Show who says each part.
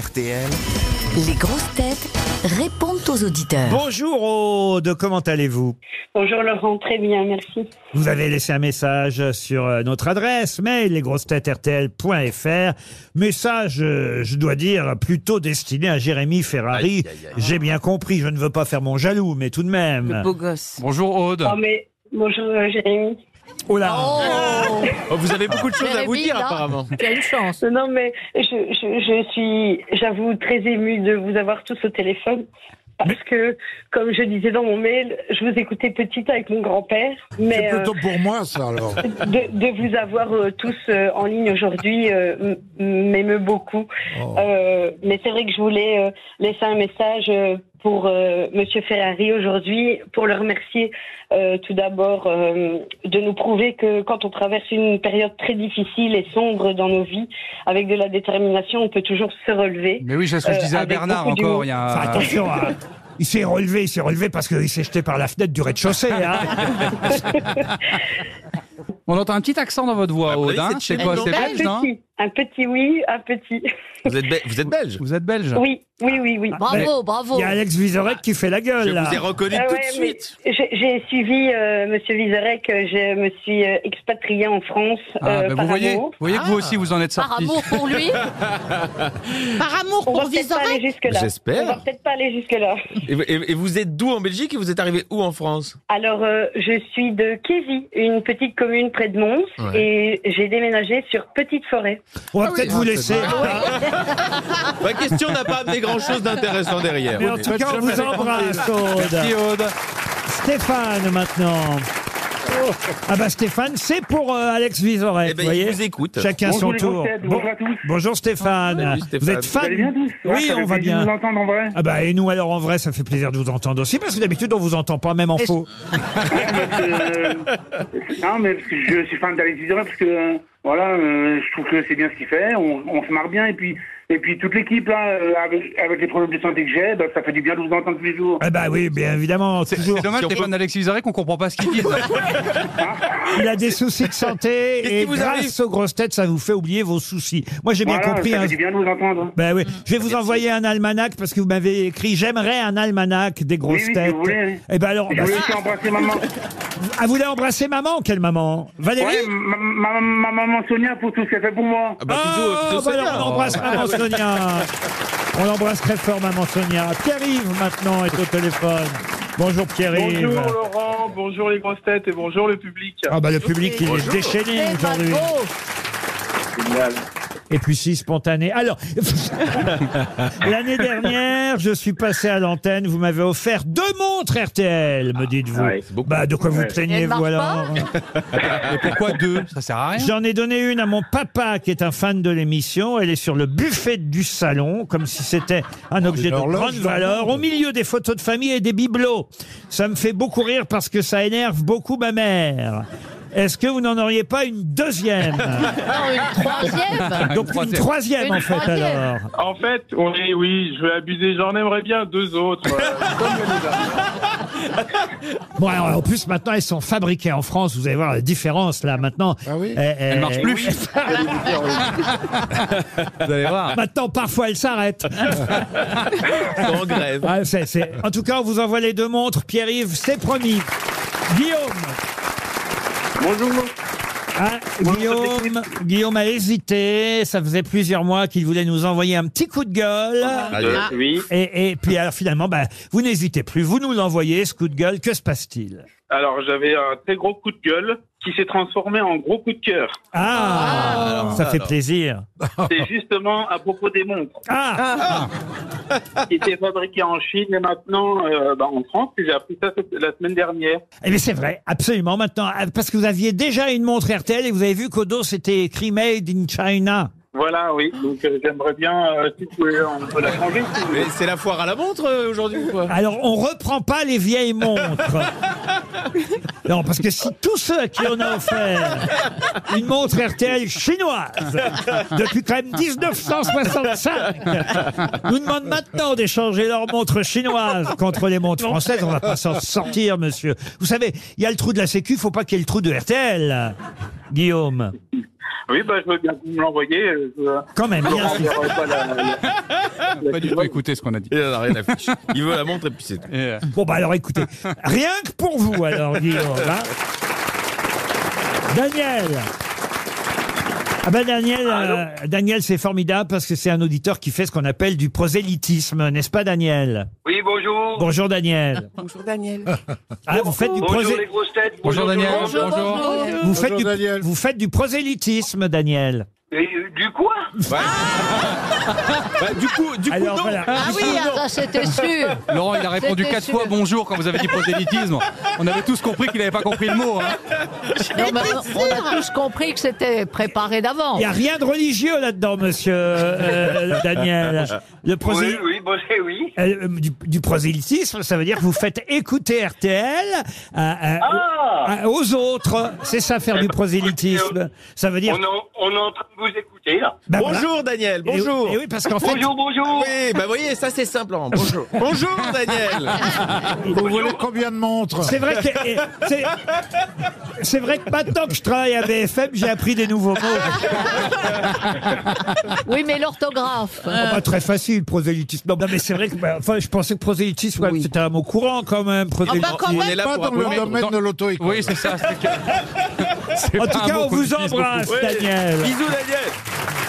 Speaker 1: RTL.
Speaker 2: Les grosses têtes répondent aux auditeurs.
Speaker 3: Bonjour Aude, comment allez-vous
Speaker 4: Bonjour Laurent, très bien, merci.
Speaker 3: Vous avez laissé un message sur euh, notre adresse mail, lesgrossetêtesrtl.fr. Message, euh, je dois dire, plutôt destiné à Jérémy Ferrari.
Speaker 5: Aïe, aïe, aïe.
Speaker 3: J'ai bien compris, je ne veux pas faire mon jaloux, mais tout de même.
Speaker 6: beau gosse.
Speaker 5: Bonjour
Speaker 7: Ah.
Speaker 5: Aude.
Speaker 4: Oh, mais bonjour euh, Jérémy.
Speaker 3: Oh là
Speaker 5: Oh, vous avez beaucoup de choses à vous dire apparemment.
Speaker 6: Tu as une chance.
Speaker 4: Non, mais je, je, je suis, j'avoue, très émue de vous avoir tous au téléphone. Parce que, comme je disais dans mon mail, je vous écoutais petite avec mon grand-père.
Speaker 8: C'est
Speaker 4: Mais euh,
Speaker 8: plutôt pour moi, ça, alors.
Speaker 4: de, de vous avoir euh, tous euh, en ligne aujourd'hui euh, m- m'émeut beaucoup. Euh, mais c'est vrai que je voulais euh, laisser un message euh, pour euh, Monsieur Ferrari aujourd'hui, pour le remercier euh, tout d'abord euh, de nous prouver que quand on traverse une période très difficile et sombre dans nos vies, avec de la détermination, on peut toujours se relever.
Speaker 5: Mais oui, c'est ce que je
Speaker 4: Euh,
Speaker 5: disais à
Speaker 4: avec
Speaker 5: Bernard
Speaker 4: beaucoup
Speaker 5: encore.
Speaker 4: d'humour.
Speaker 5: Il y a...
Speaker 3: Enfin, attention, hein. il s'est relevé, il s'est relevé parce qu'il s'est jeté par la fenêtre du rez-de-chaussée. hein.
Speaker 5: On entend un petit accent dans votre voix,
Speaker 7: vous
Speaker 5: Aude.
Speaker 7: avez
Speaker 5: hein.
Speaker 7: cette
Speaker 5: C'est
Speaker 7: chaîne
Speaker 5: quoi
Speaker 7: dans-
Speaker 5: C'est
Speaker 4: Un
Speaker 5: belge, non
Speaker 4: petit, un petit oui, un petit.
Speaker 7: Vous êtes, be- vous êtes belge
Speaker 5: Vous êtes belge
Speaker 4: Oui, oui, oui, oui.
Speaker 7: Ah.
Speaker 2: Bravo,
Speaker 3: Il
Speaker 2: bravo.
Speaker 3: y a Alex Vizorek qui fait la
Speaker 7: Je
Speaker 3: gueule, là.
Speaker 7: vous ai reconnu
Speaker 4: Ah
Speaker 7: tout
Speaker 4: ouais,
Speaker 7: de
Speaker 4: mais
Speaker 7: suite.
Speaker 4: J'ai j'ai suivi euh, Monsieur Vizorek, euh, je me suis euh, expatriée en France.
Speaker 5: Ah,
Speaker 4: euh,
Speaker 5: bah,
Speaker 4: par
Speaker 5: Vous voyez, vous
Speaker 4: amour.
Speaker 5: voyez que vous aussi vous en êtes
Speaker 2: Par
Speaker 5: sorti.
Speaker 2: amour pour lui.
Speaker 6: Par amour
Speaker 4: On va
Speaker 6: pour
Speaker 4: peut-être pas
Speaker 6: Vizorek.
Speaker 4: aller jusque-là.
Speaker 7: J'espère.
Speaker 4: On va peut-être pas aller jusque-là.
Speaker 7: Et, vous- et- et vous êtes d'où en Belgique et vous êtes arrivé où en France
Speaker 4: Alors, euh, je suis de Kézy, une petite commune près de Mons, et j'ai déménagé sur Petite Forêt.
Speaker 3: On va peut-être vous laisser.
Speaker 7: Ma question n'a pas amené grand-chose d'intéressant derrière.
Speaker 3: Mais en tout cas, on vous embrasse, Aude.
Speaker 5: Merci, Aude.
Speaker 3: Stéphane maintenant. Ah bah Stéphane, c'est pour euh, Alex Vizorek,
Speaker 7: Eh ben,
Speaker 3: vous
Speaker 7: il
Speaker 3: voyez.
Speaker 7: vous écoute.
Speaker 3: Chacun
Speaker 9: Bonjour
Speaker 3: son
Speaker 9: les
Speaker 3: tour.
Speaker 9: grosses têtes, bonjour à tous.
Speaker 3: Bonjour Stéphane.
Speaker 7: Salut,
Speaker 3: Vous
Speaker 7: Stéphane.
Speaker 3: êtes
Speaker 9: Vous
Speaker 3: fan
Speaker 9: allez bien tous Ouais,
Speaker 3: Oui,
Speaker 9: ça fait
Speaker 3: on va
Speaker 9: plaisir de
Speaker 3: bien.
Speaker 9: vous entendre en vrai.
Speaker 3: Ah bah et nous alors en vrai, ça fait plaisir de vous entendre aussi parce que d'habitude on vous entend pas même en
Speaker 6: Est-ce-
Speaker 3: faux.
Speaker 9: Euh, non, mais parce que je suis fan d'Alex Vizorek parce que euh, voilà, euh, je trouve que c'est bien ce qu'il fait. On, on se marre bien et puis et puis toute l'équipe là, euh, avec, avec les problèmes de santé que j'ai, bah, ça fait du bien de vous entendre tous les jours.
Speaker 3: Ah bah oui, bien évidemment, toujours.
Speaker 5: C'est dommage,
Speaker 7: Si on
Speaker 5: t'es
Speaker 7: peut-
Speaker 5: fan d'Alexis Vizorek, on comprend pas ce qu'il dit.
Speaker 3: Il a des soucis de santé
Speaker 7: Qu'est-ce
Speaker 3: et
Speaker 7: qui vous
Speaker 3: grâce aux grosses têtes, ça vous fait oublier vos soucis. Moi j'ai bien
Speaker 9: Voilà,
Speaker 3: compris.
Speaker 9: ça fait
Speaker 3: hein.
Speaker 9: du bien de vous entendre.
Speaker 3: Ben oui, je vais vous envoyer un almanach parce que vous m'avez écrit j'aimerais un almanach des grosses
Speaker 9: Oui, oui, si
Speaker 3: têtes.
Speaker 9: vous voulez.
Speaker 3: Et ben alors,
Speaker 9: Je
Speaker 3: bah,
Speaker 9: voulais aussi embrasser maman.
Speaker 3: ah, vous voulez embrasser maman Quelle maman Valérie
Speaker 9: Ouais, ma, ma- ma maman Sonia pour tout ce qu'elle fait pour moi.
Speaker 7: Ah bah, plutôt-
Speaker 3: Ah,
Speaker 7: plutôt
Speaker 3: bah alors,
Speaker 7: Sonia.
Speaker 3: on embrasse maman Sonia. On l'embrasse très fort, maman Sonia. Pierre-Yves, maintenant, est au téléphone. Bonjour, Pierre-Yves.
Speaker 10: Bonjour Laurent, bonjour les grosses têtes et bonjour le public.
Speaker 3: Ah, bah, le public, il est déchaîné
Speaker 6: Eh,
Speaker 3: aujourd'hui.
Speaker 6: bravo.
Speaker 9: Génial.
Speaker 3: Et puis, si spontané. Alors, l'année dernière, je suis passé à l'antenne. Vous m'avez offert deux montres RTL, me dites-vous.
Speaker 9: ouais,
Speaker 7: beaucoup.
Speaker 3: bah, de quoi vous
Speaker 9: Ouais.
Speaker 3: plaignez,
Speaker 2: Elle marche
Speaker 3: vous alors
Speaker 5: Mais pourquoi deux Ça sert à rien.
Speaker 3: J'en ai donné une à mon papa qui est un fan de l'émission. Elle est sur le buffet du salon, comme si c'était
Speaker 8: Oh,
Speaker 3: un objet de
Speaker 8: l'horloge,
Speaker 3: grande
Speaker 8: l'horloge.
Speaker 3: valeur, au milieu des photos de famille et des bibelots. Ça me fait beaucoup rire parce que ça énerve beaucoup ma mère. Est-ce que vous n'en auriez pas une deuxième
Speaker 2: Non, une troisième.
Speaker 3: Donc une
Speaker 5: troisième.
Speaker 3: troisième
Speaker 2: Une
Speaker 3: en fait
Speaker 2: troisième.
Speaker 3: alors.
Speaker 10: En fait, on est, oui, je vais abuser, j'en aimerais bien deux autres. euh, comme Vanessa.
Speaker 3: Bon alors, en plus maintenant elles sont fabriquées en France. Vous allez voir la différence là maintenant.
Speaker 8: Ah oui
Speaker 3: Eh, eh,
Speaker 5: Elle marche plus. Vous allez voir.
Speaker 3: Maintenant parfois elles s'arrêtent.
Speaker 7: En grève.
Speaker 3: Ah, c'est- c'est- En tout cas on vous envoie les deux montres. Pierre-Yves, c'est promis. Guillaume.
Speaker 9: Bonjour.
Speaker 3: Ah, Guillaume, Guillaume a hésité. Ça faisait plusieurs mois qu'il voulait nous envoyer un petit coup de gueule.
Speaker 7: Allez.
Speaker 9: Oui.
Speaker 3: Et, et puis alors finalement, bah, vous n'hésitez plus. Vous nous l'envoyez, ce coup de gueule. Que se passe-t-il
Speaker 10: Alors j'avais un très gros coup de gueule qui s'est transformé en gros coup de cœur.
Speaker 3: Ah, Ça fait plaisir.
Speaker 10: C'est justement à propos des montres
Speaker 3: Ah,
Speaker 10: qui étaient fabriquées en Chine et maintenant euh, bah, en France. Et j'ai appris ça cette- la semaine dernière.
Speaker 3: eh bien, c'est vrai, absolument. Maintenant, ah, parce que vous aviez déjà une montre RTL et vous avez vu qu'au dos c'était écrit Made in China.
Speaker 10: Voilà, oui. Donc euh, j'aimerais bien, euh, si vous pouvez, on peut la changer. si vous voulez.
Speaker 7: Mais c'est la foire à la montre euh, aujourd'hui ou quoi
Speaker 3: Alors, on reprend pas les vieilles montres. Non, parce que si tous ceux à qui on a offert une montre RTL chinoise depuis quand même 1965 nous demandent maintenant d'échanger leurs montres chinoises contre les montres françaises, on va pas s'en sortir, monsieur. Vous savez, il y a le trou de la Sécu, faut pas qu'il y ait le trou de RTL, Guillaume.
Speaker 10: Oui, bah, je veux bien que vous me l'envoyez. euh, je-
Speaker 3: Quand même, bien
Speaker 10: Laurent
Speaker 3: sûr.
Speaker 10: dira pas la- la- la-
Speaker 5: Pas du tout écouter ce qu'on a dit.
Speaker 7: Il en a rien à fiche. Il veut la montre et puis c'est tout.
Speaker 5: Et, euh,
Speaker 3: Bon, bah alors écoutez, rien que pour vous, alors, Guillaume. hein. Daniel ah bah Daniel, euh, Daniel c'est formidable parce que c'est un auditeur qui fait ce qu'on appelle du prosélytisme, n'est-ce pas Daniel
Speaker 10: Oui, bonjour.
Speaker 3: Bonjour Daniel.
Speaker 1: Bonjour Daniel.
Speaker 3: Ah, vous faites du, prosé-
Speaker 10: grosses têtes.
Speaker 5: Bonjour Daniel. Bonjour.
Speaker 3: vous faites du- vous faites du prosélytisme Daniel.
Speaker 10: euh, du quoi
Speaker 7: Bah, du coup, du coup,
Speaker 3: Alors,
Speaker 7: non.
Speaker 3: voilà.
Speaker 6: Ah oui, ah, ça c'était sûr.
Speaker 5: Laurent, il a répondu
Speaker 6: C'était
Speaker 5: quatre
Speaker 6: sûr.
Speaker 5: fois bonjour quand vous avez dit prosélytisme. On avait tous compris qu'il n'avait pas compris le mot. hein.
Speaker 6: Non, mais on a tous compris que c'était préparé
Speaker 3: Il
Speaker 6: d'avant.
Speaker 3: n'y a rien de religieux là-dedans, monsieur euh, euh, Daniel. Le prosé-
Speaker 10: oui, bonjour, oui.
Speaker 3: euh, du, du prosélytisme, ça veut dire que vous faites écouter RTL à- à-
Speaker 10: Ah Eh ben,
Speaker 3: à- euh, aux autres. C'est ça, faire du prosélytisme. Ça veut dire...
Speaker 10: on, en- on est en train de vous écouter, là.
Speaker 3: Bah, voilà.
Speaker 7: bonjour Daniel,
Speaker 3: Et-
Speaker 7: bonjour.
Speaker 3: Et, oui, parce qu'en fait,
Speaker 10: Bonjour, bonjour.
Speaker 7: Oui, bah voyez, ça c'est simple. Laurent. Bonjour. bonjour Daniel.
Speaker 8: Vous voulez combien de montres
Speaker 3: c'est vrai que... et- c'est- C'est vrai que maintenant que je travaille à BFM, j'ai appris des nouveaux mots.
Speaker 6: Oui, mais l'orthographe.
Speaker 3: Pas très facile, prosélytisme. Non, mais c'est vrai que... bah, enfin, je pensais que prosélytisme, ouais, c'était un mot courant Ah, bah, quand même. prosélytisme.
Speaker 7: on est là
Speaker 8: Pas
Speaker 7: pour
Speaker 8: dans le
Speaker 7: appeler.
Speaker 8: domaine de l'auto-école.
Speaker 5: Oui, c'est ça. c'est que- c'est
Speaker 3: En
Speaker 5: pas
Speaker 3: tout
Speaker 5: un
Speaker 3: cas,
Speaker 5: mot
Speaker 3: on
Speaker 5: qu'on
Speaker 3: vous
Speaker 5: utilise
Speaker 3: embrasse,
Speaker 5: beaucoup.
Speaker 3: Daniel.
Speaker 7: Bisous Daniel.